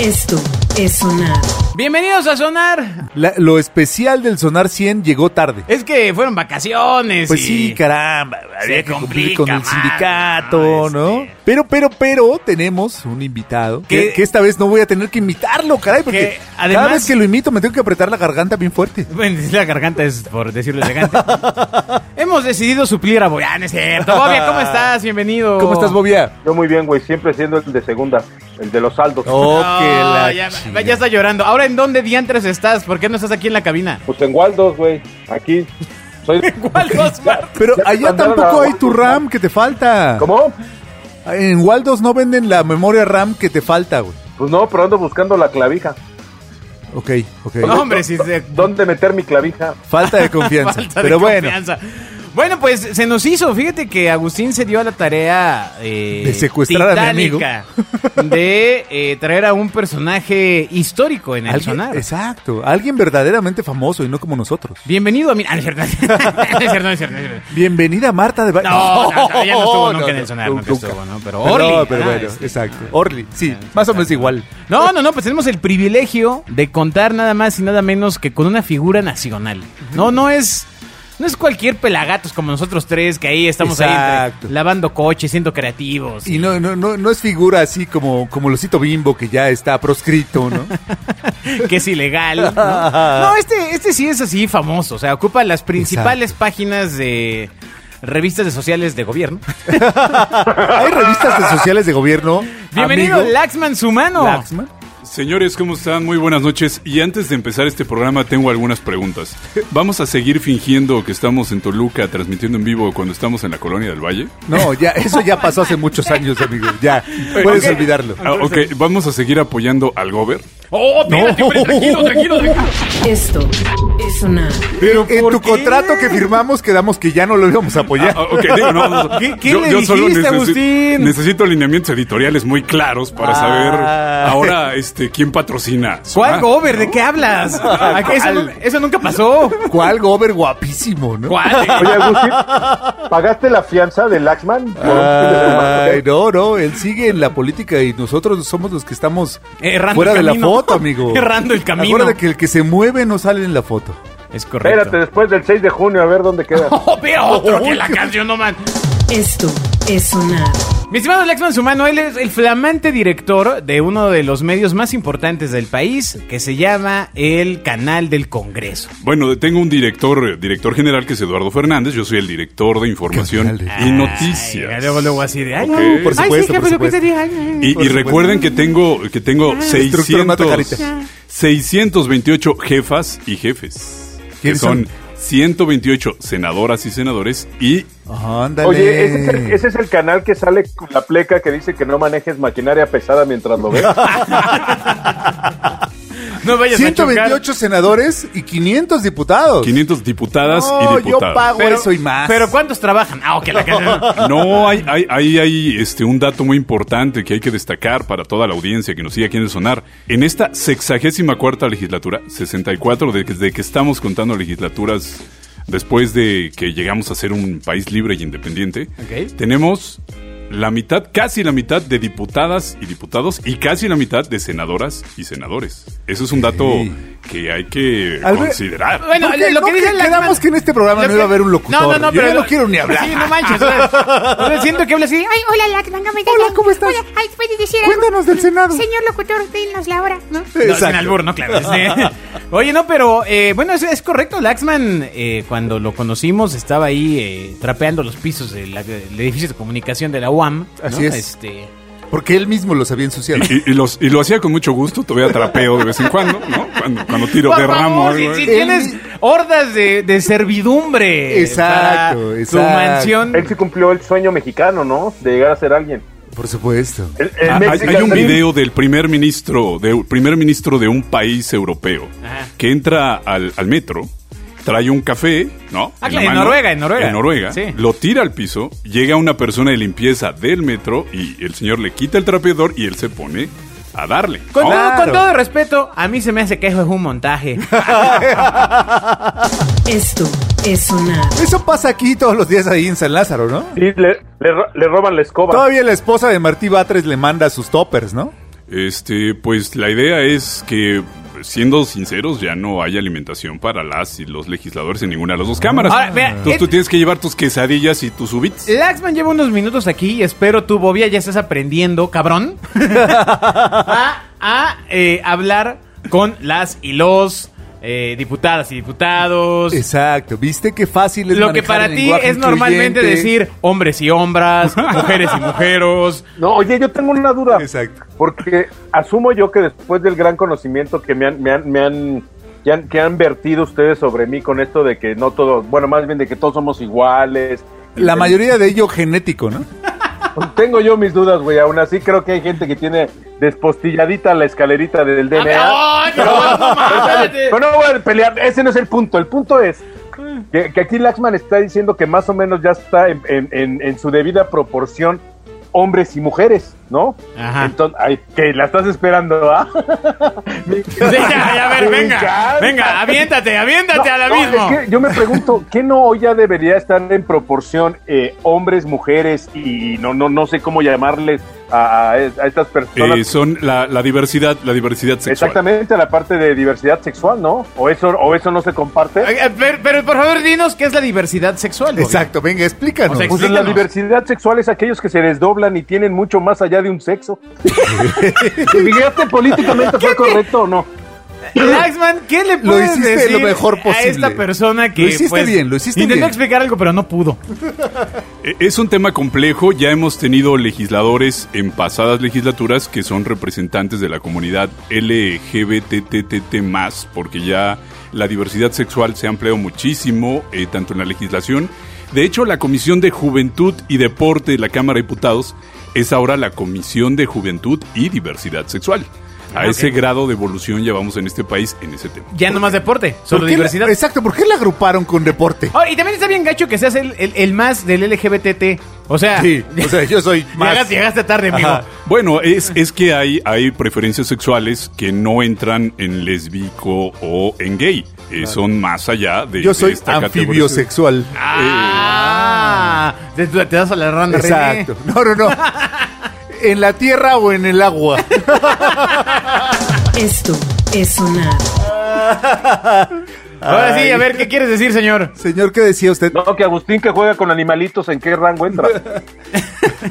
Esto es sonar. Bienvenidos a Sonar. La- lo especial del Sonar 100 llegó tarde. Es que fueron vacaciones. Pues y- sí, caramba, había que cumplir complica con el más, ¿no? sindicato, ¿no? Este- Pero, pero, pero tenemos un invitado Que- que, que esta vez no voy a tener que imitarlo, caray, Que, porque además- cada vez que lo imito me tengo que apretar la garganta bien fuerte. Bueno, la garganta es por decirlo elegante. Hemos decidido suplir a Bobia, es cierto. Bobia, ¿cómo estás? Bienvenido. ¿Cómo estás, Bobia? Yo muy bien, güey, siempre siendo el de segunda, el de los saldos. Oh, No, que la ya, chingada. ya está llorando. Ahora, ¿en dónde diantres estás? ¿Por qué no estás aquí en la cabina? Pues en Waldos, güey, aquí. Soy... ¿Cuál Osmar? Pero Ya allá mandaron tampoco a- hay tu RAM que te falta. ¿Cómo? En Waldos no venden la memoria RAM que te falta, güey. Pues no, pero ando buscando la clavija. Ok, ok. No, hombre, si se... ¿Dónde meter mi clavija? Falta de confianza. Falta de pero bueno, confianza. Bueno, pues se nos hizo. Fíjate que Agustín se dio a la tarea eh, De secuestrar a mi amigo. titánica De eh, traer a un personaje histórico en el alguien- sonar. exacto. Alguien verdaderamente famoso y no como nosotros. Bienvenido a mi. Ah, no es cierto. No es cierto, no es cierto, no es cierto. Bienvenida Marta de Baile. No, no, no, ya no estuvo nunca en el sonar, nunca nunca. estuvo, ¿no? Pero Pero Orly, pero ah, bueno, este, exacto. Orly, sí, más o menos igual. No, no, no, pues tenemos el privilegio de contar nada más y nada menos que con una figura nacional. No, no es. No es cualquier pelagatos como nosotros tres que ahí estamos ahí entre- Exacto. lavando coches, siendo creativos. Y no, no, no, no es figura así como, como Lucito Bimbo, que ya está proscrito, ¿no? que es ilegal. No, No, este, este sí es así famoso. O sea, ocupa las principales páginas de revistas de sociales de gobierno. Hay revistas de sociales de gobierno. Bienvenido, amigo. Laxman Sumano. Laxman. Señores, ¿cómo están? Muy buenas noches. Y antes de empezar este programa tengo algunas preguntas. ¿Vamos a seguir fingiendo que estamos en Toluca transmitiendo en vivo cuando estamos en la Colonia del Valle? No, ya, eso ya pasó hace muchos años, amigo. Ya, puedes Ok. olvidarlo. Ah, ok, ¿vamos a seguir apoyando al Gober? Oh, espérate, hombre, tranquilo, tranquilo, tranquilo. Esto es sonar. en ¿por tu qué? contrato que firmamos quedamos que ya no lo íbamos a apoyar. Ah, ok, digo, no, no, no. ¿Qué- qué le dijiste, necesi- Agustín? Necesito alineamientos editoriales muy claros para Ah. saber ahora este, quién patrocina. ¿Cuál Ah, gober? ¿De qué hablas? ¿A qué? Eso, nu- eso nunca pasó. ¿Cuál gober guapísimo, no? ¿Cuál? Oye, Agustín, ¿pagaste la fianza del Laxman? Por un fin de semana, Ay, ¿eh? no, no, él sigue en la política y nosotros somos los que estamos Errando fuera el de la camino. foto, amigo. Errando el camino. Acuérdate que el que se mueve no sale en la foto. Es Espérate, después del 6 de junio, a ver dónde queda. Oh, pero otro que la canción, no man. Esto es sonar. Mi estimado Lexman Sumano, él es el flamante director de uno de los medios más importantes del país, que se llama El Canal del Congreso. Bueno, tengo un director, eh, director general que es Eduardo Fernández. Yo soy el director de información Canales. y Ay, noticias. luego, luego así de, ay, Ok. no, Por ay, sí, supuesto, jefe, por lo que te supuesto. diga, ay, ay. Y, Por y supuesto. Ah. recuerden que tengo, que tengo Estructura mata 600, caritas. 628 jefas y jefes. Que ¿Quiénes son? son 128 senadoras y senadores y... Ándale. Oye, ¿ese es, el, ese es el canal que sale con la pleca que dice que no manejes maquinaria pesada mientras lo ves. No vayas a chocar. 128 senadores y 500 diputados. 500 diputadas No, y yo diputados. pago eso y más. Pero ¿cuántos trabajan? Ah, ok, la canción. No, hay, hay, hay, hay, este, un dato muy importante que hay que destacar para toda la audiencia que nos sigue aquí en el Sonar. En esta sexagésima cuarta legislatura, 64, de que- desde que estamos contando legislaturas después de que llegamos a ser un país libre y independiente, Ok. tenemos la mitad, casi la mitad de diputadas y diputados y casi la mitad de senadoras y senadores. Eso es un dato Sí. que hay que Albert- considerar. Bueno, ¿Por qué? lo que No, dice que la- quedamos que en este programa Lo no que- iba a haber un locutor. No, no, no, Yo pero ya no quiero ni hablar. Sí, no manches. o sea, o sea, siento que habla así. Ay, hola, Laxman, ¿cómo estás? Hola, ¿cómo estás? Hola, ay, ¿puedes decir algo? Cuéntanos del Senado. Señor locutor, denos la hora, ¿no? No, Exacto. sin albur, no, claro. este. Oye, no, pero eh, bueno, es, es correcto. Laxman, eh, cuando lo conocimos, estaba ahí eh, trapeando los pisos del del edificio de comunicación de la UAM. ¿no? Así es. Este, Porque él mismo los había ensuciado. Y, y- y los, y lo hacía con mucho gusto, todavía trapeo de vez en cuando, ¿no? Cuando, cuando tiro, por derramo. favor, algo, si, si ¿eh? tienes hordas de, de servidumbre. Exacto, para exacto. Tu mansión. Él sí cumplió el sueño mexicano, ¿no? De llegar a ser alguien. Por supuesto. El- el Ah, Hay, México- hay un video del primer ministro de primer ministro de un país europeo Ajá. que entra al, al metro, trae un café, ¿no? Ah, En claro, la en mano, Noruega, en Noruega. Sí. lo tira al piso, llega una persona de limpieza del metro y el señor le quita el trapeador y él se pone a darle. Con, ¿no? todo, Claro. con todo respeto, a mí se me hace que eso es un montaje. Esto es sonar. Eso pasa aquí todos los días ahí en San Lázaro, ¿no? Sí, le, le ro- le roban la escoba. Todavía la esposa de Martí Batres le manda sus toppers, ¿no? Este, pues la idea es que, siendo sinceros, ya no hay alimentación para las y los legisladores en ninguna de las dos cámaras. Ahora, vea, Entonces eh, tú tienes que llevar tus quesadillas y tus ubits. Laxman lleva unos minutos aquí y espero tú, Bobia, ya estás aprendiendo, cabrón, a, a, eh, hablar con las y los eh, diputadas y diputados. Exacto, ¿viste qué fácil es Pues Lo que manejar para el ti lenguaje es normalmente incluyente? decir hombres y hombras, mujeres y mujeros. No, oye, yo tengo una duda. Exacto. Porque asumo yo que después del gran conocimiento que me han, me han, me han, que han, que han vertido ustedes sobre mí con esto de que no todos, bueno, más bien de que todos somos iguales. La mayoría de ello genético, ¿no? Tengo yo mis dudas, güey. Aún así creo que hay gente que tiene despostilladita la escalerita del A ver, DNA. ¡ay, no, no mames! Pero no voy a pelear, ese no es el punto. El punto es que, que aquí Laxman está diciendo que más o menos ya está en, en- en- en su debida proporción hombres y mujeres, ¿no? Ajá. Entonces, ay, que la estás esperando, ¿ah? Me Sí, ya, ya, a ver, Me venga, encanta. venga, aviéntate, aviéntate No, ahora no, mismo. es que yo me pregunto, ¿qué no hoy ya debería estar en proporción eh, hombres, mujeres y no, no, no sé cómo llamarles a, a- a estas personas? Eh, son la, la diversidad, la diversidad sexual. Exactamente, la parte de diversidad sexual, ¿no? ¿O eso, o eso no se comparte? Eh, Pero, pero, por favor, dinos qué es la diversidad sexual. Bobia. Exacto, venga, explícanos. O sea, Pues la explícanos. diversidad sexual es aquellos que se desdoblan y tienen mucho más allá de un sexo. Fíjate, políticamente fue correcto o no. Laxman, ¿qué le Lo puedes hiciste decir lo mejor a posible. esta persona que Lo hiciste pues, bien, lo hiciste intentó bien. explicar algo pero no pudo? Eh, Es un tema complejo, ya hemos tenido legisladores en pasadas legislaturas que son representantes de la comunidad LGBTTT más, porque ya la diversidad sexual se ha ampliado muchísimo, eh, tanto en la legislación. De hecho, la Comisión de Juventud y Deporte de la Cámara de Diputados es ahora la Comisión de Juventud y Diversidad Sexual. A ese grado de evolución llevamos en este país en ese tema. Ya no más deporte, ¿Por solo qué la- diversidad. exacto, ¿por qué la agruparon con deporte? Ah, y también está bien gacho que seas el, el- el más del LGBTT. O sea, Sí, o sea, yo soy más. Ah. llegas- llegaste tarde, amigo. Ajá. Bueno, es, es que hay, hay preferencias sexuales que no entran en lesbico o en gay. Eh, Son más allá de, Yo de soy esta categoría. anfibiosexual. Ah, te, te das a la randa, René. Exacto. No, no, no. ¿En la tierra o en el agua? Esto es sonar. Ahora sí, a ver, ¿qué quieres decir, señor? Señor, ¿qué decía usted? No, que Agustín que juega con animalitos, ¿en qué rango entra?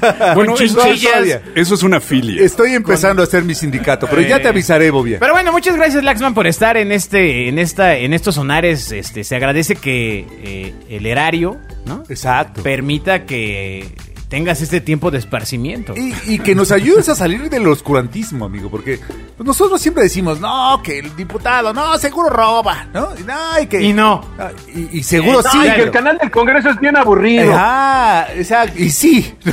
Ah, Bueno, Con eso, chinchillas. eso es una filia. Estoy empezando a hacer mi sindicato, pero ya te avisaré, Bobia. Eh, Pero bueno, muchas gracias Laxman por estar en este, en esta, en estos sonares. Este, se agradece que eh, el erario, ¿no? Exacto. Permita que tengas este tiempo de esparcimiento. Y, y que nos ayudes a salir del oscurantismo, amigo, porque nosotros siempre decimos, no, que el diputado, no, seguro roba, ¿no? Y no, y que- Y no. Ah, Y, y Eh, seguro sí. Ay, que el canal del Congreso es bien aburrido. Ah, exacto. Y sí.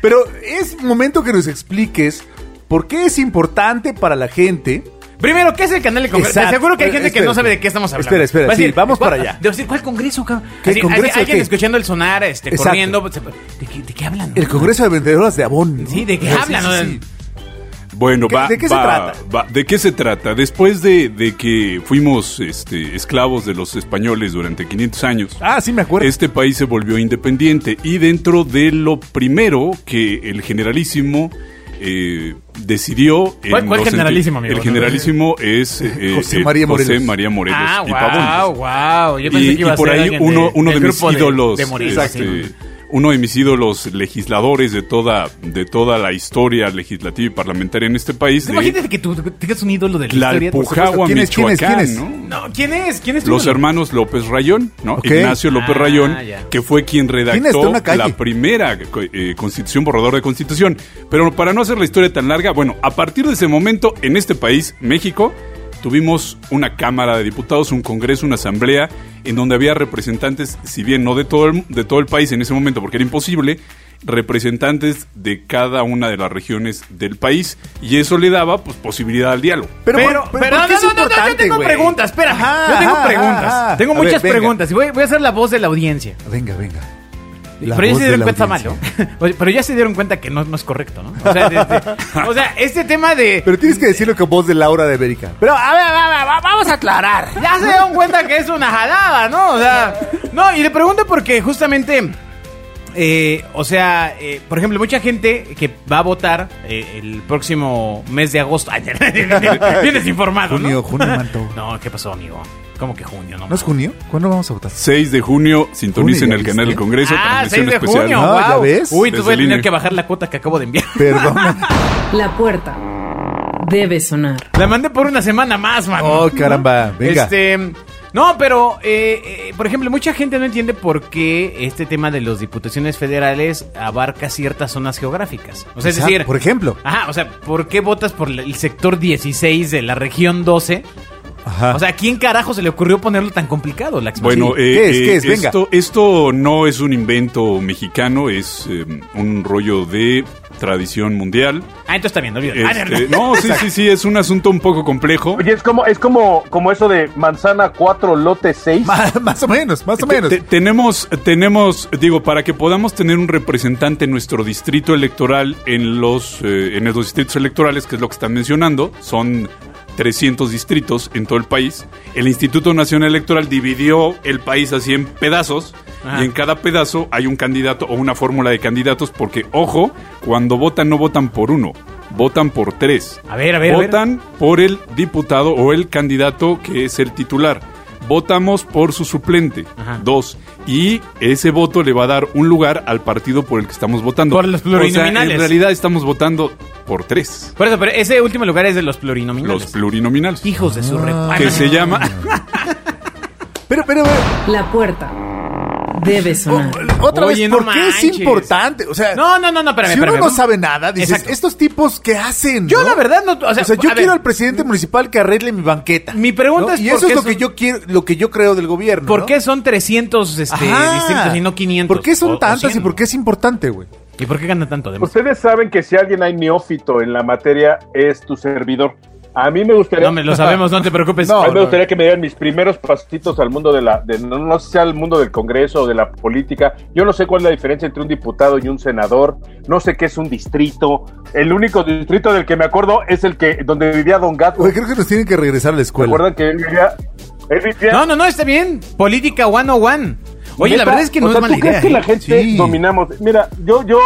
Pero es momento que nos expliques por qué es importante para la gente. Primero, ¿qué es el canal de Congreso? Exacto. Eh, Seguro que hay gente que Espera, no sabe espera. de qué estamos hablando. Espera, espera, Va a sí, vamos ¿cuál- para allá. debo decir, ¿cuál Congreso, cabrón? ¿Qué Así, Congreso hay- de alguien qué? escuchando el sonar, este, Exacto. corriendo. se- ¿De qué, de qué hablan? El Congreso de Vendedoras de Abón. ¿no? Sí, ¿de qué hablan, Ah, no? Bueno, ¿Qué- va, de qué se va- trata? va- ¿De qué se trata? Después de, de que fuimos este, esclavos de los españoles durante 500 años, Ah, sí, me acuerdo. Este país se volvió independiente y dentro de lo primero que el generalísimo eh, decidió... en ¿Cuál- cuál los ente- generalísimo, amigo? El generalísimo es eh, José eh, María José Morelos. María Morelos Ah, y Pavón. wow, wow. Yo pensé Y, que iba y a por ser ahí alguien uno, uno de del mis grupo ídolos, De, Morelos, este, sí. uno de mis ídolos legisladores de toda, de toda la historia legislativa y parlamentaria en este país, ¿Te de Pues Imagínate que tú tengas un ídolo de la historia. por supuesto. Tlalpujahua, ¿Quién es, quién es, quién Michoacán, es? ¿no? No, ¿quién es? ¿Quién es tu Los ídolo? hermanos López Rayón, ¿no? Ok. Ignacio López Ah, Rayón, ya. que fue quien está redactó una calle. la primera eh, constitución, borrador de constitución. Pero para no hacer la historia tan larga, bueno, a partir de ese momento, en este país, México, tuvimos una Cámara de Diputados, un Congreso, una Asamblea, en donde había representantes, si bien no de todo el, de todo el país en ese momento, porque era imposible, representantes de cada una de las regiones del país. Y eso le daba, pues, posibilidad al diálogo. Pero, Pero, ¿por- pero, por no, qué no, es no, no, yo importante, tengo güey? preguntas, espera. Ajá, Yo tengo ajá, preguntas. ajá. Tengo A ver, muchas venga. preguntas. Y voy, voy a ser la voz de la audiencia. Venga, venga. La pero ya voz se de dieron la cuenta malo. audiencia. Pero ya se dieron cuenta que no, no es correcto, ¿no? O sea, desde- o sea, este tema de. Pero tienes que decirlo con voz de Laura de América. Pero, a ver, a ver, va- vamos a aclarar. Ya se dieron cuenta que es una jalada, ¿no? O sea, no, y le pregunto porque justamente eh, o sea, eh, por ejemplo, mucha gente que va a votar eh, el próximo mes de agosto. Ay, Vienes informado, ¿no? Junio, junio, Manto. No, ¿qué pasó, amigo? ¿Cómo que junio? No, ¿No es junio? ¿Cuándo vamos a votar? 6 de junio, sintonicen Junio, el ya canal del viste. Congreso. Ah, transmisión 6 de especial. junio, No, ¿ya wow. ves? Uy, entonces Desde voy a el tener INE. que bajar la cuota que acabo de enviar. Perdóname. La puerta debe sonar. La mandé por una semana más, mano. Oh, caramba. Venga. Ah, Este, no, pero, eh, eh, por ejemplo, mucha gente no entiende por qué este tema de las diputaciones federales abarca ciertas zonas geográficas. O sea, es Exacto, decir, Por ejemplo. ajá, o sea, ¿por qué votas por el sector 16 de la región 12? Ajá. O sea, ¿a quién carajo se le ocurrió ponerlo tan complicado, Laxman? Bueno, Sí. eh, ¿Qué es? eh, ¿Qué es? Venga. Esto, esto no es un invento mexicano, es eh, un rollo de tradición mundial. Ah, entonces está bien, no olvides. Ah, no, no. Este, no, sí, sí, sí, es un asunto un poco complejo. Oye, es como, es como, como eso de manzana 4, lote 6. Ma- más o menos, más o Te- menos. te- tenemos, tenemos, digo, para que podamos tener un representante en nuestro distrito electoral, en los, eh, en los distritos electorales, que es lo que están mencionando, son 300 distritos en todo el país. El Instituto Nacional Electoral dividió el país así en pedazos. Ajá. Y en cada pedazo hay un candidato o una fórmula de candidatos, porque, ojo, cuando votan no votan por uno, votan por tres. A ver, a ver, a ver. Votan por el diputado o el candidato que es el titular. Votamos por su suplente, Ajá. dos. Y ese voto le va a dar un lugar al partido por el que estamos votando. Por los O sea, plurinominales. en realidad estamos votando por tres, Por eso, pero ese último lugar es de los plurinominales. los plurinominales. Hijos de su re... Ah, que no, se no, llama... Pero, pero, pero, La puerta debe sonar. otra Oye, vez, no ¿por qué es manches. importante? O sea, No, no, no, no, espérame, si uno espérame. no sabe nada, dices, Exacto. ¿estos tipos qué hacen? Yo no? la verdad no... O sea, O sea, yo a ver, quiero al presidente municipal que arregle mi banqueta. Mi pregunta es Y por eso qué es lo son- que yo quiero, lo que yo creo del gobierno. ¿Por ¿no? qué son 300 este, Ajá. distritos y no 500? ¿Por qué son O- o tantas 100? y por qué es importante, güey? ¿Y por qué gana tanto además? Ustedes saben que si alguien hay neófito en la materia, es tu servidor. A mí me gustaría. No, me lo sabemos, no te preocupes. A No, mí me gustaría que me dieran mis primeros pasitos al mundo de la, de- no, no sé, al mundo del Congreso o de la política. Yo no sé cuál es la diferencia entre un diputado y un senador. No sé qué es un distrito. El único distrito del que me acuerdo es el que donde vivía Don Gato. Güey, creo que nos tienen que regresar a la escuela. ¿Recuerdan que él vivía? Él vivía No, no, no, está bien. Política 101. Oye, la Neta, verdad es que o no sea, es mala ¿tú crees idea. que la ¿eh? gente Sí. dominamos? Mira, yo, yo,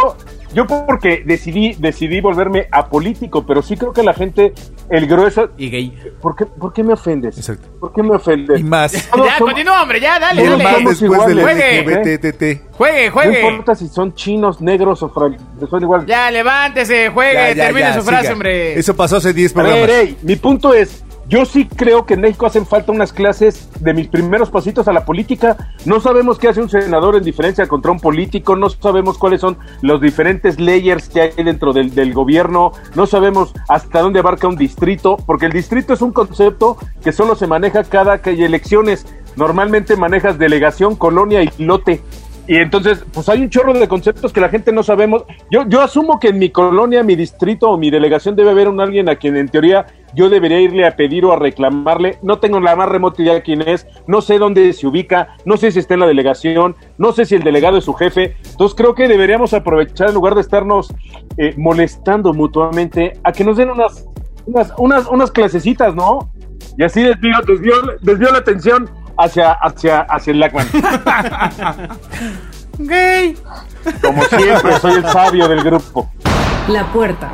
yo porque decidí, decidí volverme apolítico, pero sí creo que la gente, el grueso, ¿eh? Y gay. ¿por qué, por qué me ofendes? Exacto. ¿Por qué me ofendes? Y más. Todos Ya, somos- continúa, hombre, ya, dale, Y Pero dale. más somos después del iguales, juegue. LGBTT. Juegue, No juegue. importa si son chinos, negros o franceses, son igual. Ya, levántese, juegue, Ya, ya, termine ya, su frase, siga. hombre. Eso pasó hace 10 A ver, eh, programas. ey, mi punto es, yo sí creo que en México hacen falta unas clases de mis primeros pasitos a la política. No sabemos qué hace un senador en diferencia contra un político, no sabemos cuáles son los diferentes layers que hay dentro del, del gobierno, no sabemos hasta dónde abarca un distrito, porque el distrito es un concepto que solo se maneja cada que hay elecciones. Normalmente manejas delegación, colonia y lote. Y entonces, pues hay un chorro de conceptos que la gente no sabemos. Yo, yo asumo que en mi colonia, mi distrito o mi delegación debe haber un alguien a quien en teoría yo debería irle a pedir o a reclamarle. No tengo la más remota idea de quién es, no sé dónde se ubica, no sé si está en la delegación, no sé si el delegado es su jefe. Entonces creo que deberíamos aprovechar en lugar de estarnos eh, molestando mutuamente a que nos den unas, unas, unas, unas clasecitas, ¿no? Y así desvió, desvió, desvió la atención hacia, hacia, hacia el Lackman. Gay. Como siempre, soy el sabio del grupo. La puerta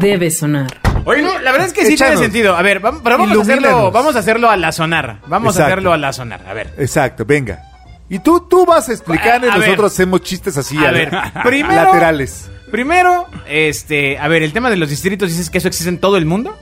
debe sonar. Oye, no, la verdad es que sí Échanos. tiene sentido. A ver, vamos, pero vamos a hacerlo, Ilumínanos. vamos a hacerlo a la sonar. Vamos a Exacto. hacerlo a la sonar. A ver. Exacto, venga. Y tú, tú vas a explicar y Eh, A ver. nosotros hacemos chistes así A al- ver, primero- laterales. Primero, este, a ver, el tema de los distritos, ¿dices que eso existe en todo el mundo?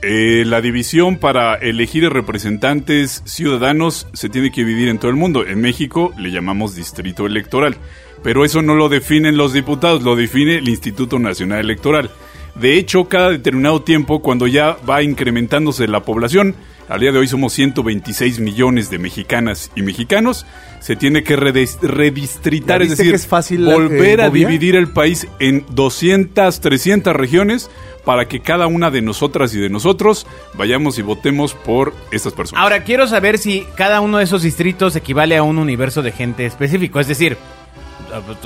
Eh, la división para elegir representantes ciudadanos se tiene que dividir en todo el mundo. En México le llamamos distrito electoral, pero eso no lo definen los diputados, lo define el Instituto Nacional Electoral. De hecho, cada determinado tiempo, cuando ya va incrementándose la población, al día de hoy somos 126 millones de mexicanas y mexicanos, se tiene que redes- redistritar, ¿Ya es viste decir, que es fácil, volver eh, a Bobia? dividir dividir el país en 200, 300 regiones para que cada una de nosotras y de nosotros vayamos y votemos por estas personas. Ahora, quiero saber si cada uno de esos distritos equivale a un universo de gente específico. Es decir,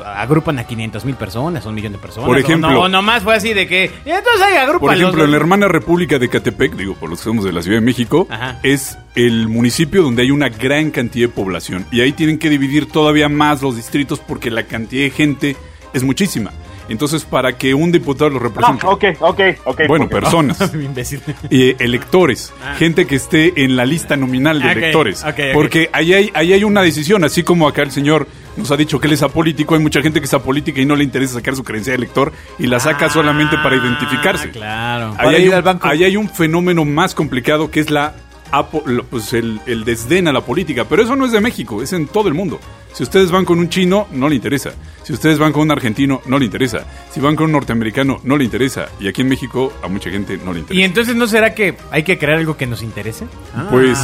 agrupan a 500 mil personas, un millón de personas. Por o ejemplo. no- O, nomás fue así de que. "Y Entonces ahí agrupan Por ejemplo, los, en la hermana República de Catepec, digo, por los que somos de la Ciudad de México, Ajá. es el municipio donde hay una gran cantidad de población. Y ahí tienen que dividir todavía más los distritos porque la cantidad de gente es muchísima. Entonces, para que un diputado lo Ah, represente, ok, ok, ok. bueno, ok. personas, Imbécil. eh, electores, gente que esté en la lista nominal de Ah. Ok, electores. ok, ok. Porque ahí hay, ahí hay una decisión, así como acá el señor nos ha dicho que él es apolítico, hay mucha gente que es apolítica y no le interesa sacar su creencia de elector y la saca solamente para identificarse. Ah, Claro. Ahí Para hay, ir un, al banco. ahí hay un fenómeno más complicado que es la apo- lo- pues el, el desdén a la política. Pero eso no es de México, es en todo el mundo. Si ustedes van con un chino, no le interesa. Si ustedes van con un argentino, no le interesa. Si van con un norteamericano, no le interesa. Y aquí en México a mucha gente no le ¿Y interesa. entonces no será que hay que crear algo que nos interese? Pues...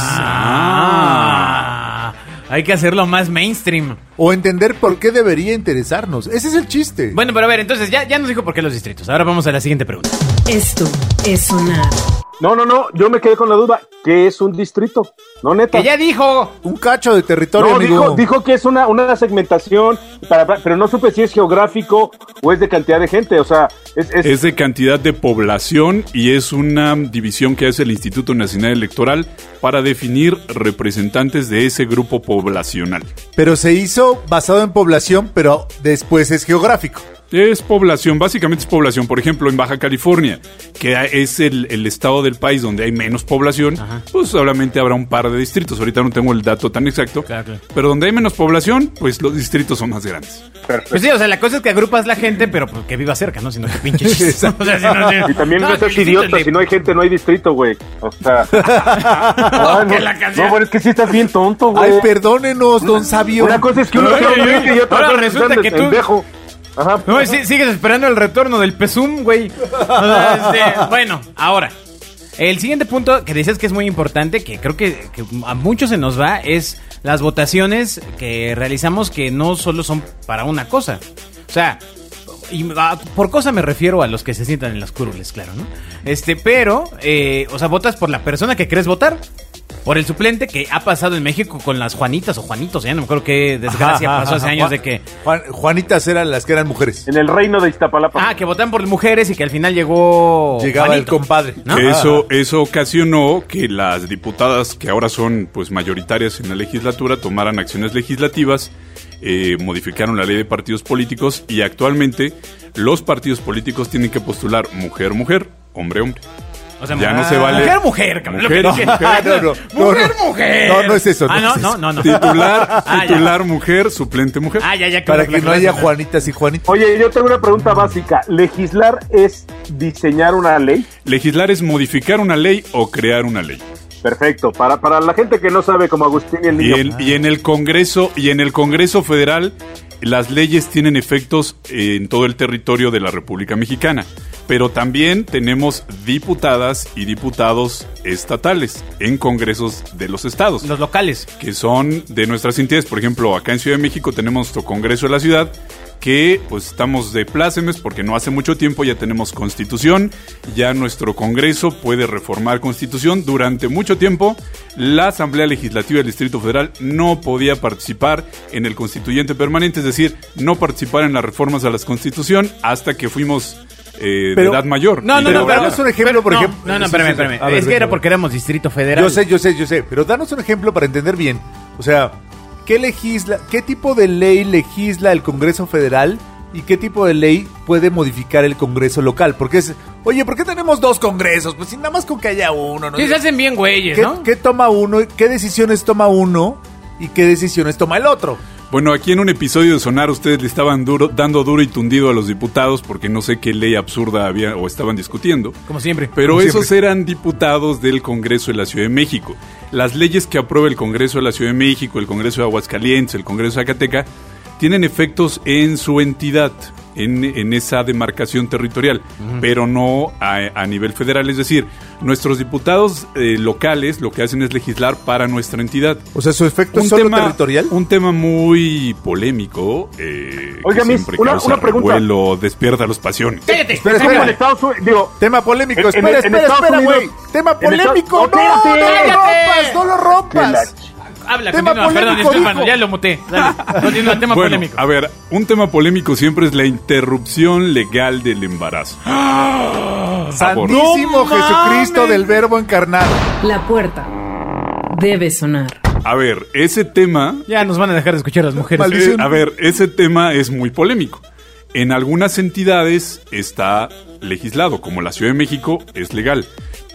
Ah. Hay que hacerlo más mainstream. O entender por qué debería interesarnos. Ese es el chiste. Bueno, pero a ver, entonces ya, ya nos dijo por qué los distritos. Ahora vamos a la siguiente pregunta. Esto es sonar. No, no, no, yo me quedé con la duda. ¿Qué es un distrito? No, neta. Que ya dijo. Un cacho de territorio, No, amigo. dijo, dijo que es una, una segmentación, para, para- pero no supe si es geográfico o es de cantidad de gente. O sea, es, es- Es de cantidad de población y es una división que hace el Instituto Nacional Electoral para definir representantes de ese grupo poblacional. Pero se hizo basado en población, pero después es geográfico. Es población, básicamente es población. Por ejemplo, en Baja California, que es el, el estado del país donde hay menos población, pues solamente habrá un par de distritos. Ahorita no tengo el dato tan exacto. Claro, claro. Pero donde hay menos población, pues los distritos son más grandes. perfecto. Pues sí, o sea, la cosa es que agrupas la gente, pero pues, que viva cerca, ¿no? Si no, que pinche chiste. O sea, si no, si no- Y también no, que seas el distrito idiota, le- si no hay gente, no hay distrito, güey. O sea. Ay, Oh, que no, la canción- no, bueno, es que sí estás bien tonto, güey. Ay, perdónenos, don Sabio. Oh. Una cosa es que uno Ay, sea ay, humilde ay. y otra Ahora cosa es resulta que que tú- tú... pendejo. Ajá. No, y sí- sigues esperando el retorno del Pesum, güey. O sea, este, bueno, ahora. El siguiente punto que dices que es muy importante, que creo que, que a muchos se nos va, es las votaciones que realizamos que no solo son para una cosa. O sea, y a- por cosa me refiero a los que se sientan en las curules, claro, ¿no? Este, pero, eh, o sea, votas por la persona que quieres votar. Por el suplente que ha pasado en México con las Juanitas o Juanitos, ya no me acuerdo qué desgracia Ajá, pasó hace ajá, años Juan- de que Juan- Juanitas eran las que eran mujeres. En el reino de Iztapalapa. Ah, que votan por mujeres y que al final llegó. Llegaba Juanito. el compadre. ¿No? Eso, eso ocasionó que las diputadas que ahora son pues mayoritarias en la legislatura tomaran acciones legislativas, eh, modificaron la ley de partidos políticos y actualmente los partidos políticos tienen que postular mujer, mujer, hombre, hombre. O sea, Ya mujer- no se vale. Mujer, mujer, cabrón, lo que Mujer, dije. mujer. Ah, no, No, no, mujer, no. mujer. No, no es eso, Ah, no no, es no, eso. no, no. Titular, Ah, ya. titular mujer, suplente mujer. Ah, ya, ya. que Para me- que no haya Juanitas y Juanitos. Oye, yo tengo una pregunta básica. ¿Legislar es diseñar una ley? Legislar es modificar una ley o crear una ley. Perfecto. Para, para la gente que no sabe, como Agustín y el Y, niño. el- y en el Congreso y en el Congreso Federal las leyes tienen efectos eh, en todo el territorio de la República Mexicana, pero también tenemos diputadas y diputados estatales en congresos de los estados Los locales. que son de nuestras entidades. Por ejemplo, acá en Ciudad de México tenemos nuestro Congreso de la Ciudad, que pues estamos de plácemes porque no hace mucho tiempo ya tenemos constitución, ya nuestro Congreso puede reformar constitución. Durante mucho tiempo la Asamblea Legislativa del Distrito Federal no podía participar en el constituyente permanente, es decir, no participar en las reformas a la constitución hasta que fuimos eh, Pero- de edad mayor. No, Y no, de no, pero- edad mayor. danos un ejemplo, por no, ejemplo. No, no, Sí, sí, espérame, sí. espérame. A ver, es que era venga, porque éramos Distrito Federal. Yo sé, yo sé, yo sé, pero danos un ejemplo para entender bien. O sea, ¿qué legisla, qué tipo de ley legisla el Congreso Federal y qué tipo de ley puede modificar el Congreso local? Porque es, oye, ¿por qué tenemos dos congresos? Pues si nada más con que haya uno, ¿no? Sí, se hacen bien güeyes, ¿Qué, ¿no? qué toma uno? y- ¿Qué decisiones toma uno y qué decisiones toma el otro? Bueno, aquí en un episodio de Sonar ustedes le estaban duro, dando duro y tundido a los diputados porque no sé qué ley absurda había o estaban discutiendo. Como siempre. Pero Como esos eran diputados del Congreso de la Ciudad de México. Las leyes que aprueba el Congreso de la Ciudad de México, el Congreso de Aguascalientes, el Congreso de Zacateca, tienen efectos en su entidad, en, en esa demarcación territorial, pero no a, a nivel federal. Es decir, nuestros diputados eh, locales lo que hacen es legislar para nuestra entidad O sea, su efecto es solo territorial. un tema muy polémico. Eh, Oiga, que Miss, siempre una- causa una pregunta. revuelo, despierta los pasiones. Cállate. Espera, Es como en espera. Estados Unidos, digo, Tema polémico, En- en- espera, en espera, Estados espera, Unidos- güey. Tema en Estados- polémico, no, no ¡Espérate! lo rompas, no lo que la rompas. ch- habla, Tema continúa. Perdón, polémico, discúlpanos, dijo. ya lo muté. Dale, continúa, tema bueno, polémico. a ver, un tema polémico siempre es la interrupción legal del embarazo. Santísimo ¡No Jesucristo mames! del Verbo encarnado. La puerta debe sonar. A ver, ese tema Ya nos van a dejar de escuchar las mujeres. Maldición. Eh, a ver, ese tema es muy polémico. En algunas entidades está legislado, como la Ciudad de México es legal,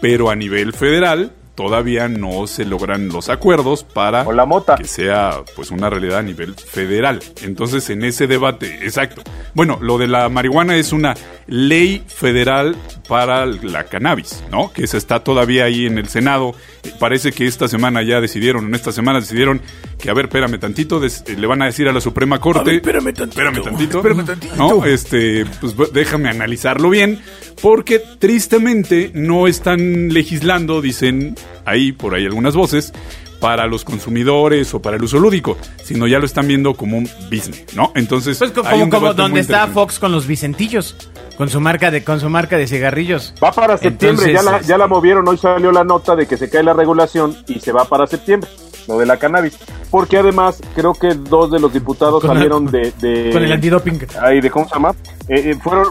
pero a nivel federal todavía no se logran los acuerdos para O la mota. que sea pues una realidad a nivel federal. Entonces, en ese debate, exacto. Bueno, lo de la marihuana es una ley federal para la cannabis, ¿no? Que se está todavía ahí en el Senado. Eh, Parece que esta semana ya decidieron, en esta semana decidieron que, a ver, espérame tantito, des- eh, le van a decir a la Suprema Corte. espérame tantito. Espérame tantito. No, este, pues bu- déjame analizarlo bien, porque tristemente no están legislando, dicen ahí por ahí algunas voces, para los consumidores o para el uso lúdico, sino ya lo están viendo como un business, ¿no? Entonces, Pues co- hay como, un como debate muy donde está interesante. Fox con los Vicentillos, con su marca de, con su marca de cigarrillos. Va para septiembre, Entonces, ya, la, este- ya la movieron, hoy salió la nota de que se cae la regulación y se va para septiembre, lo de la cannabis. Porque además creo que dos de los diputados Con la- salieron de, de- Con el antidoping. Ay, ¿de cómo se llama? Eh, eh, fueron...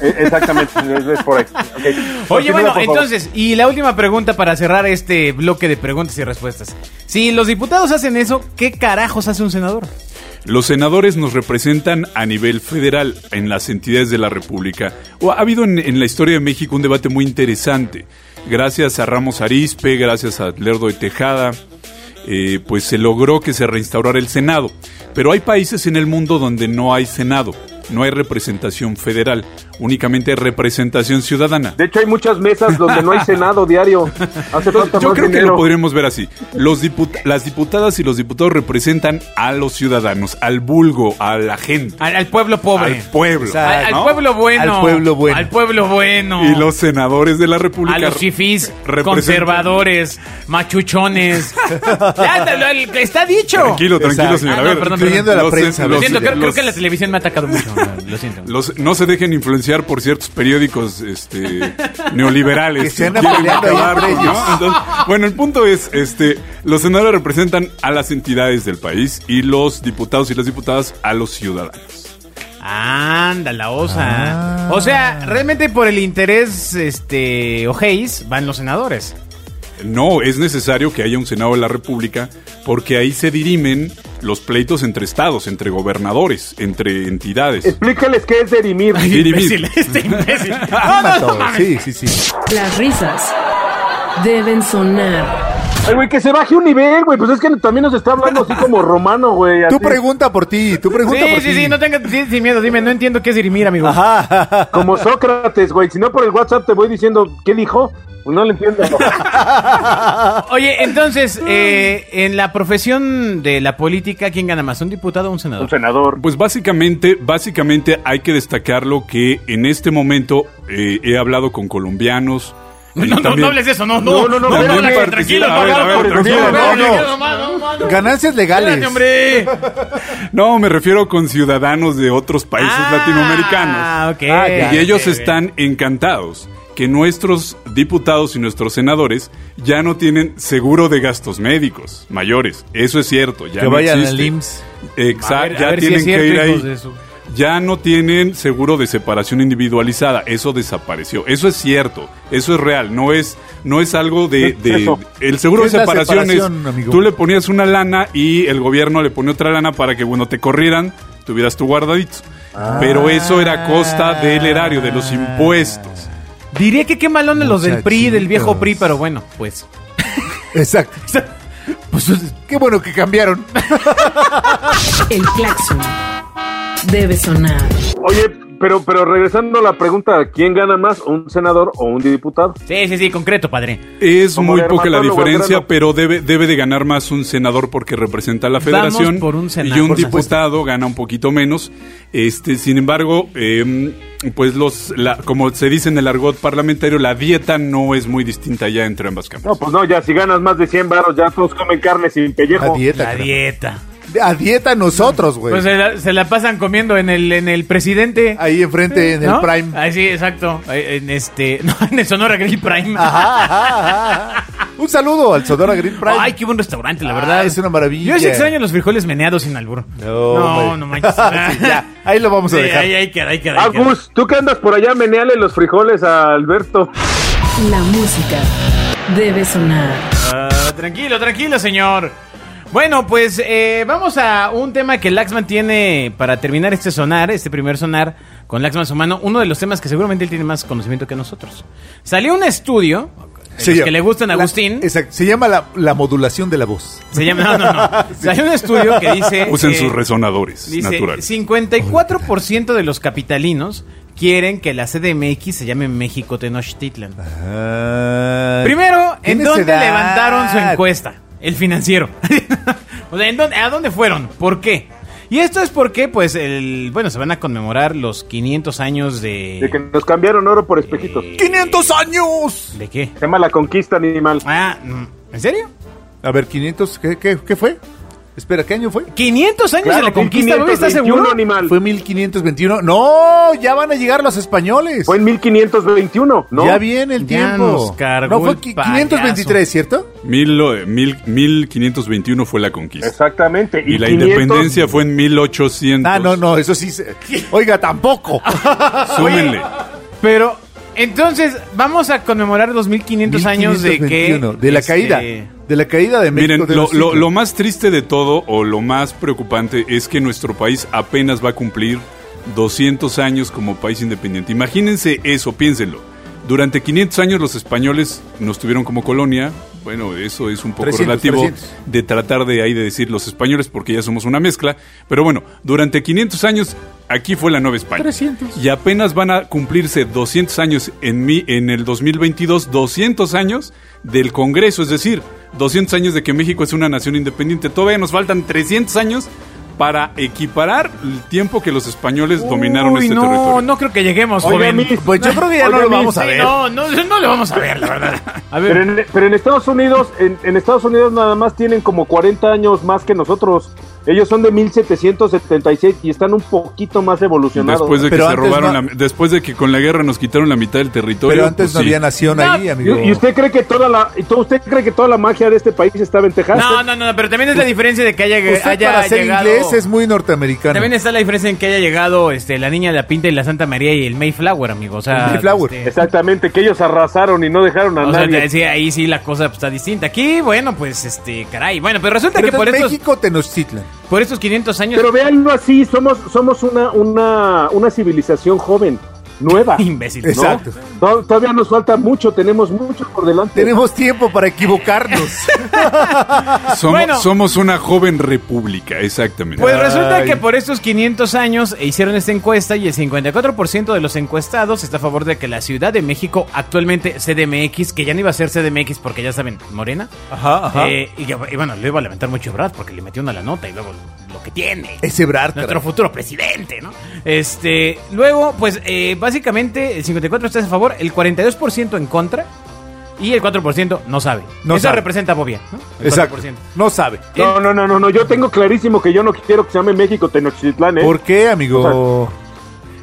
eh, exactamente, es, es por ahí. Ok. Oye, Continúa, bueno, por favor. entonces, y la última pregunta para cerrar este bloque de preguntas y respuestas. Si los diputados hacen eso, ¿qué carajos hace un senador? Los senadores nos representan a nivel federal en las entidades de la República. O ha habido en, en la historia de México un debate muy interesante. Gracias a Ramos Arispe, gracias a Lerdo de Tejada, eh, pues se logró que se reinstaurara el Senado. Pero hay países en el mundo donde no hay Senado, no hay representación federal, únicamente hay representación ciudadana. De hecho, hay muchas mesas donde no hay Senado diario. Hace falta Yo más creo que dinero. lo podríamos ver así. Los diput- las diputadas y los diputados representan a los ciudadanos, al vulgo, a la gente. Al, al pueblo pobre. Al pueblo. Exacto. Al, al ¿no? pueblo bueno. Al pueblo bueno. Al pueblo bueno. Y los senadores de la República. a los chifís, representan- conservadores, machuchones. Ya, te lo- está dicho. Tranquilo, tranquilo, Exacto. señor. Ah, A no, ver, perdón, incluyendo a la los- prensa, los- Lo siento, creo, creo los- que la televisión me ha atacado mucho. Lo siento. los- no se dejen influenciar por ciertos periódicos este, neoliberales. Que se andan quieren peleando ahí acabar entre con- ellos. ¿no? Entonces, bueno, el punto es, este, los senadores representan a las entidades del país y los diputados y las diputadas a los ciudadanos. Anda, la osa. Ah. O sea, realmente por el interés este O'Hays van los senadores. No, es necesario que haya un Senado de la República porque ahí se dirimen los pleitos entre estados, entre gobernadores, entre entidades. Explícales qué es derimir. Dirimir. Imbécil, este imbécil. No, no, Calma no todo. mames. Sí, sí, sí. Las risas deben sonar. Ay, güey, que se baje un nivel, güey. Pues es que también nos está hablando así como romano, güey. Tú así. pregunta por ti, tú pregunta Sí, por sí, ti. sí, no tengas sí, sin miedo, dime, no entiendo qué es dirimir, amigo. Ajá. Como Sócrates, güey. Si no por el WhatsApp te voy diciendo, ¿qué dijo? Pues no lo entiendo. Oye, entonces, eh, en la profesión de la política, ¿quién gana más? ¿Un diputado o un senador? Un senador. Pues básicamente, básicamente hay que destacar lo que en este momento eh, he hablado con colombianos. No, y no, no, también- hables de eso, no, no. No, no, no, no, espérame, hablas, participa- tranquilo, a ver, a ver, no, tranquilo, no, no, no, no. no, más, no, más, no. Ganancias legales. Espérate, hombre. No, me refiero con ciudadanos de otros países latinoamericanos. Ah, ok. Ah, ya. Y ellos Ok, están encantados que nuestros diputados y nuestros senadores ya no tienen seguro de gastos médicos mayores. Eso es cierto. Ya Que no vayan existe. al IMSS. A Exacto, ver, a ya ver si tienen es cierto, que ir hijos ahí. de su- Ya no tienen seguro de separación individualizada, eso desapareció, eso es cierto, eso es real, no es, no es algo de, Es de- eso. el seguro ¿Qué de es la separación, separación, es amigo? tú le ponías una lana y el gobierno le ponía otra lana para que cuando te corrieran tuvieras tu guardadito. Pero eso era a costa del erario, de Ah. los impuestos. Diría que qué malones los del PRI, del viejo Muchachitos. PRI, pero bueno, pues. Exacto. Pues, qué bueno que cambiaron. El claxon debe sonar. Oye, pero, pero regresando a la pregunta, ¿quién gana más? ¿Un senador o un diputado? Sí, sí, sí, concreto, padre. Es Como muy de poca la hermano diferencia, Guajardo. pero debe, debe de ganar más un senador porque representa a la Vamos federación por un senador, y un por diputado gana un poquito menos. Este, sin embargo, eh, pues los, la- como se dice en el argot parlamentario, la dieta no es muy distinta ya entre ambas No, cámaras. pues no, ya si ganas más de 100 baros, ya todos comen carne sin A pellejo. dieta. La cara. dieta. A dieta nosotros, güey. Pues se la, se la pasan comiendo en el, en el presidente. Ahí enfrente en el ¿no? Prime. Ahí sí, exacto. Ahí, En este. No, en el Sonora Grill Prime. Ajá, ajá, ajá. Un saludo al Sonora Grill Prime. Ay, qué buen restaurante, la Ah, verdad. es una maravilla. Yo les extraño los frijoles meneados sin albur. No, no, hombre. no manches. Sí, ya, ahí lo vamos a Sí, dejar. Ahí, ahí queda, ahí queda. ahí queda. Agus, tú que andas por allá, meneale los frijoles a Alberto. La música debe sonar. Ah, tranquilo, tranquilo, señor. Bueno, pues eh, vamos a un tema que Laxman tiene para terminar este sonar, este primer sonar con Laxman Somano, uno de los temas que seguramente él tiene más conocimiento que nosotros. Salió un estudio, de Se los llama- que le gustan a la- Agustín, exacto, se llama la, la modulación de la voz. se llama, no, no, no. Salió un estudio que dice... Usen eh, sus resonadores Dice, naturales. 54% de los capitalinos quieren que la CDMX se llame México Tenochtitlan. Ah, Primero, ¿en ¿Tienes dónde edad? levantaron su encuesta? El financiero. o sea, ¿en dónde- ¿a dónde fueron? ¿Por qué? Y esto es porque, pues, el, bueno, se van a conmemorar los 500 años de... De que nos cambiaron oro por espejitos. ¡500 años! ¿De qué? Se llama la conquista animal. Ah, mm, ¿en serio? A ver, 500, ¿qué, qué, qué fue? Espera, ¿qué año fue? ¿500 años de la conquista, güey? ¿Estás 1521 seguro? animal. Fue 1521. ¡No! Ya van a llegar los españoles. Fue en 1521, ¿no? Ya viene el Ya tiempo. nos cargó no, fue el qui- payaso. 523, ¿cierto? Mil, eh, mil- 1521 fue la conquista. Exactamente. Y la 500 independencia fue en 1800. Ah, no, no, eso sí. se- Oiga, tampoco. Súmenle. Pero, entonces, vamos a conmemorar los 1500 años de que... 1521, de la este, caída. De la caída de México. Miren, de lo, los lo- siglos. lo más triste de todo o lo más preocupante es que nuestro país apenas va a cumplir 200 años como país independiente. Imagínense eso, piénsenlo. Durante 500 años los españoles nos tuvieron como colonia. Bueno, eso es un poco 300, relativo 300. de tratar de ahí de decir los españoles porque ya somos una mezcla. Pero bueno, durante 500 años aquí fue la Nueva España. 300. Y apenas van a cumplirse 200 años en, mi, en el 2022, 200 años del Congreso, es decir, 200 años de que México es una nación independiente. Todavía nos faltan 300 años para equiparar el tiempo que los españoles dominaron Uy, este no, territorio. no creo que lleguemos, Oiga, joven. mis- Pues yo creo que ya no Oiga, lo mis- vamos a Sí, ver. no, no, no lo vamos a ver, la verdad. A ver, Pero en, pero en Estados Unidos, en, en Estados Unidos nada más tienen como 40 años más que nosotros. Ellos son de 1776 y están un poquito más evolucionados. Después de que Pero se antes robaron, no- la- después de que con la guerra nos quitaron la mitad del territorio. Pero antes pues no sí. había nación No, ahí, amigo. ¿Y, y usted cree que toda la y to- usted cree que toda la magia de este país estaba en Texas? No, no, no, pero también es la diferencia de que haya, Usted haya para ser llegado. inglés es muy norteamericano. También está la diferencia en que haya llegado este, la niña de la pinta y la Santa María y el Mayflower, amigo. O sea, El Mayflower. este, Exactamente, que ellos arrasaron y no dejaron a o sea, nadie. te- sí, ahí sí la cosa pues, está distinta. Aquí, bueno, pues, este, caray. Bueno, pero resulta Pero que por estos, entonces México, Tenochtitlan. por estos 500 años. Pero véanlo así, somos somos una una una civilización joven, nueva. imbécil. ¿no? Exacto. To- Todavía nos falta mucho, tenemos mucho por delante. Tenemos tiempo para equivocarnos. Somos, Bueno. somos una joven república, exactamente. Pues resulta Ay. que por estos 500 años e hicieron esta encuesta y el 54% de los encuestados está a favor de que la Ciudad de México, actualmente CDMX, que ya no iba a ser CDMX porque ya saben, Morena, Ajá, Eh, y, que- y bueno, le iba a levantar mucho Brad porque le metió una la nota y luego lo que tiene. Ese Brad. Nuestro futuro presidente, ¿no? Este, luego, pues eh, básicamente el 54 está a favor, el 42% en contra y el 4% no sabe. No Eso sabe. representa a Bobia, ¿no? El Exacto. 4%. No sabe. No, no, no, no, no, yo tengo clarísimo que yo no quiero que se llame México Tenochtitlán, ¿eh? ¿Por qué, amigo?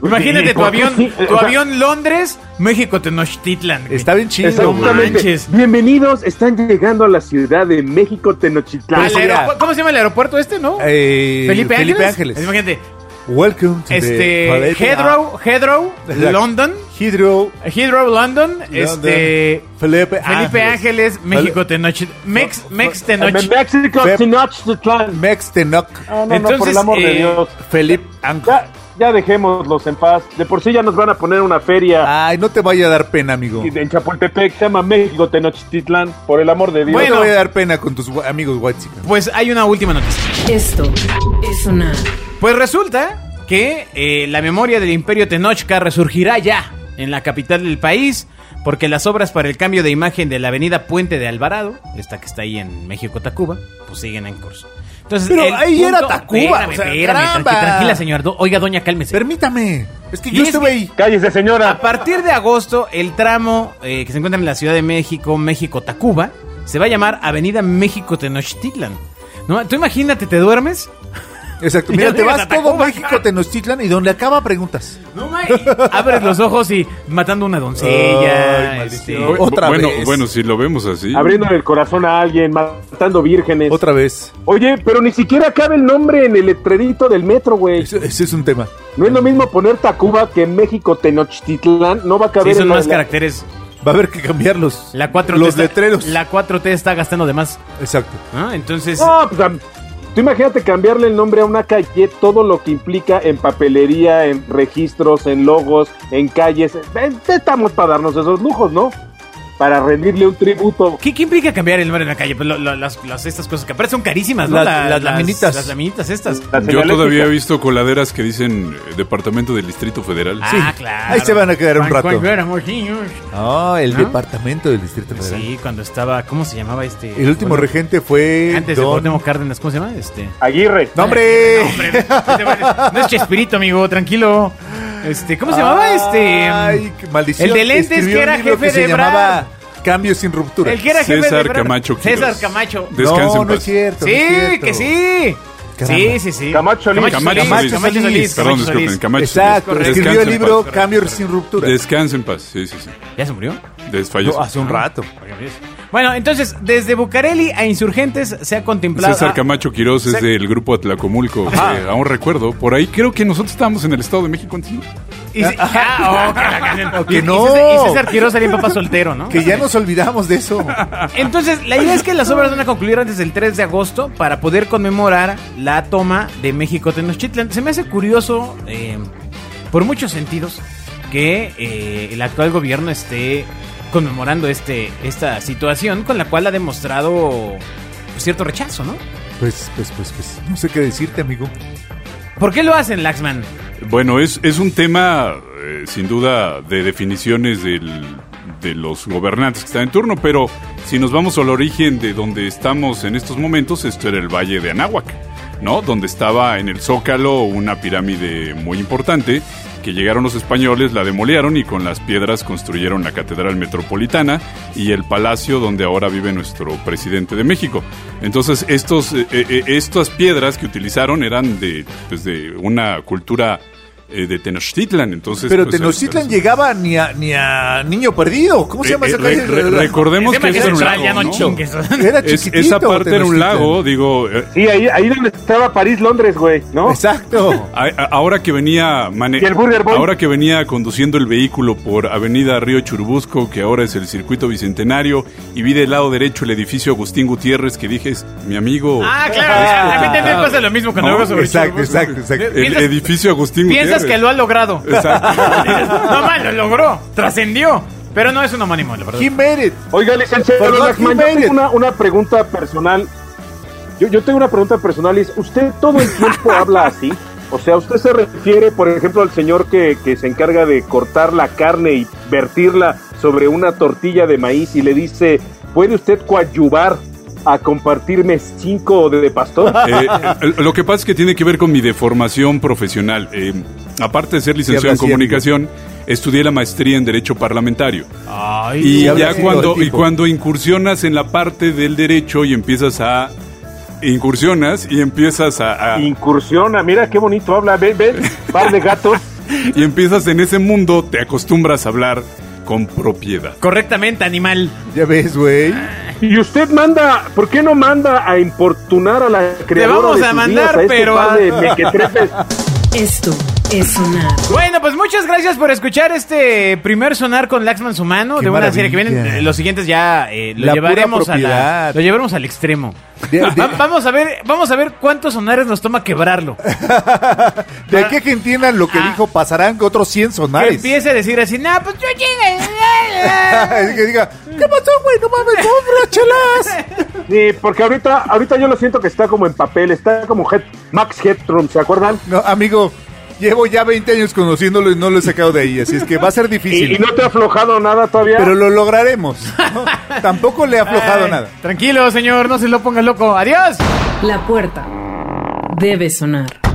Imagínate tu Porque avión, sí, o tu sea, avión Londres, México Tenochtitlan. Está bien chido. güey. No Exactamente. manches. Bienvenidos, están llegando a la ciudad de México Tenochtitlán. Al Pero aeropu- mira. ¿Cómo se llama el aeropuerto este, no? Eh, Felipe, Felipe Ángeles. Ángeles. Imagínate, Welcome to the este, Palladium. Heathrow, Heathrow, Exacto. London, Heathrow. Heathrow, London, este... Felipe, Felipe Ángeles, México Ah, Fel- Tenochtitlan. Mex, Mex Tenochtitlan. México Pep. Tenochtitlán. Mex Tenoch. Ah, No, no, no, por Entonces, el amor eh, de Dios. Felipe Ángeles. Ya, ya dejémoslos en paz. De por sí ya nos van a poner una Ah, feria Ay, no te vaya a dar pena, amigo. y- en Chapultepec. Se llama México Tenochtitlán, por el amor de Dios. No te Bueno. vaya a dar pena con tus gua- amigos white Pues hay una última noticia. Esto es sonar. Pues resulta que eh, la memoria del imperio Tenochca resurgirá ya en la capital del país, porque las obras para el cambio de imagen de la avenida Puente de Alvarado, esta que está ahí en México, Tacuba, pues siguen en curso. Entonces, Pero el ahí era punto- Tacuba, Espérame, o sea, espérame, tranqui- caramba. tranquila, señor. Do- Oiga, doña, cálmese. Permítame. Es que Y yo es estuve que- ahí. Cállese, A señora. partir de agosto, el tramo eh, que se encuentra en la Ciudad de México, México-Tacuba, se va a llamar Avenida México-Tenochtitlan. ¿No? Tú imagínate, te duermes Exacto. Y Mira, ya te llegas vas a todo Tacoma. México, Tenochtitlan y donde acaba preguntas. No, ma, y abres los ojos y matando a una doncella. Ay, este, maldición. Bu- Otra Ah, bueno, vez. bueno, si lo vemos así. Abriendo el corazón a alguien, matando vírgenes. Otra vez. Oye, pero ni siquiera cabe el nombre en el letrerito del metro, güey. Ese, ese es un tema. No es lo mismo poner Tacuba que México Tenochtitlán. No va a caber sí, son en la- más la- caracteres. Va a haber que cambiarlos. La 4T Los está- letreros. La 4T está gastando de más. Exacto. ¿no? Entonces, Ah. No, pues, am- tú imagínate cambiarle el nombre a una calle, todo lo que implica en papelería, en registros, en logos, en calles. Eh, Estamos para darnos esos lujos, ¿no? Para rendirle un tributo. ¿qué, qué implica cambiar el nombre en la calle? Pues lo- lo- las, las- estas cosas que aparte son carísimas, ¿no? Las- las laminitas. Las laminitas estas. La Yo señalética. todavía he visto coladeras que dicen eh, Departamento del Distrito Federal. Sí. Ah, claro. Ahí se van a quedar un Cuando- rato. cuando éramos niños. Ah, el ¿No? departamento del Distrito Federal. Sí, cuando estaba, ¿cómo se llamaba este? El último Bueno, regente fue. Antes de don- Cuauhtémoc Cárdenas, ¿cómo se llama? Este. Aguirre. ¡No, hombre! No es Chespirito, amigo, tranquilo. Este, ¿cómo se llamaba este? Ay, qué maldición. el de lentes que Escribió un era libro jefe se de llamaba Cambio sin ruptura. El que era jefe César de- Camacho Quiroz. César Camacho. De- no, Descansa en no paz. es cierto. no Sí, es cierto. que sí. Caramba. Sí, sí, sí. Camacho Solís. Camacho Solís, Solís. Camacho Solís. Camacho Perdón, disculpen, Solís. Camacho Exacto. Solís. correcto. Escribió el Descansa en libro paz. Cambio sin ruptura. Descansa en paz. Sí, sí, sí. ¿Ya se murió? Desfalleció. No, hace un rato. Bueno, entonces, desde Bucareli a Insurgentes se ha contemplado. César ah, Camacho Quirós es César- del grupo Atlacomulco, que aún recuerdo. Por ahí creo que nosotros estábamos en el Estado de México antes. ¿no? y se- ah, oh, que la canción. O que Y- y no. César- Y César Quiroz sería papá soltero, ¿no? Que ya nos olvidamos de eso. Entonces, la idea es que las obras van a concluir antes del 3 de agosto para poder conmemorar la toma de México Tenochtitlan. Se me hace curioso, eh, por muchos sentidos, que eh, el actual gobierno esté conmemorando este, esta situación con la cual ha demostrado cierto rechazo, ¿no? Pues, pues, pues, pues. No sé qué decirte, amigo. Pues, ¿Por qué lo hacen, Laxman? Bueno, es, es un tema eh, sin duda de definiciones del- de los gobernantes que están en turno, pero si nos vamos al origen de donde estamos en estos momentos, esto era el Valle de Anáhuac, ¿no? Donde estaba en el Zócalo una pirámide muy importante que llegaron los españoles, la demolieron y con las piedras construyeron la Catedral Metropolitana y el palacio donde ahora vive nuestro presidente de México. Entonces, estos, eh, eh, estas piedras que utilizaron eran de, pues, de una cultura eh, de Tenochtitlan. Entonces, Pero pues, Tenochtitlan eh, llegaba ni a, ni a Niño Perdido. ¿Cómo se llama eh, esa re- calle? re- recordemos que Ese es un Manuel lago, Chorra, ¿no? Ah, chingues. Era Es- chiquitito. esa parte era un Tenochtitlan. lago, digo, eh, Sí, ahí, ahí donde estaba París, Londres, güey, ¿no? Exacto. A- a- Ahora que venía mane- Y el Burger Boy. ahora que venía conduciendo el vehículo por Avenida Río Churubusco, que ahora es el circuito bicentenario, y vi del lado derecho el edificio Agustín Gutiérrez, que dije es mi amigo. Ah, claro, a mí también me pasa lo mismo cuando No, hablo sobre Exacto, Churubusco. exacto, exacto. el piensas- edificio Agustín Piensas que Gutiérrez. lo ha logrado. Exacto. no mal, lo logró, trascendió. Pero no es un homónimo, la verdad. He made it. Oiga, licenciado Perdón, Lachman, yo Jiménez. tengo una, una pregunta personal. Yo, yo tengo una pregunta personal y es, ¿usted todo el tiempo habla así? O sea, ¿usted se refiere, por ejemplo, al señor que, que se encarga de cortar la carne y vertirla sobre una tortilla de maíz y le dice, ¿puede usted coadyuvar a compartirme cinco de, de pastor? Eh, eh, lo que pasa es que tiene que ver con mi deformación profesional. Eh, aparte de ser licenciado en hablas así, comunicación, estudié la maestría en Derecho Parlamentario. Ay, Y Y habla ya así cuando, todo el y tiempo. cuando incursionas en la parte del derecho y empiezas a. Incursionas y empiezas a. a- Incursiona, mira qué bonito habla, ven, ven, par de gatos. y empiezas en ese mundo, te acostumbras a hablar con propiedad. correctamente, animal. Ya ves, güey. Y usted manda, ¿por qué no manda a importunar a la creadora vamos de a sus mandar, vidas, a este pero par a- de mequetrefes? Esto es sonar. Bueno, pues muchas gracias por escuchar este primer sonar con Laxman Sumano Qué de una serie que maravilla. vienen. eh, Los siguientes ya eh, lo La pura llevaremos a la, propiedad. lo llevaremos al extremo. De- de- Va- vamos a ver, vamos a ver cuántos sonares nos toma quebrarlo. De aquí a que entiendan lo que Ah. dijo, pasarán otros 100 Que sonares. empiece a decir así, nah, pues yo Así llegué. que diga, ¿qué pasó, güey? No mames, compra, chelas. Sí, porque ahorita, ahorita yo lo siento que está como en papel, está como Head- Max Headroom, ¿se acuerdan? No, amigo, llevo ya 20 años conociéndolo y no lo he sacado de ahí, así es que va a ser Y, y difícil. no te ha aflojado nada todavía. Pero lo lograremos. ¿no? Tampoco le he aflojado Ay, nada. Tranquilo, señor, no se lo ponga loco. Adiós. La puerta debe sonar.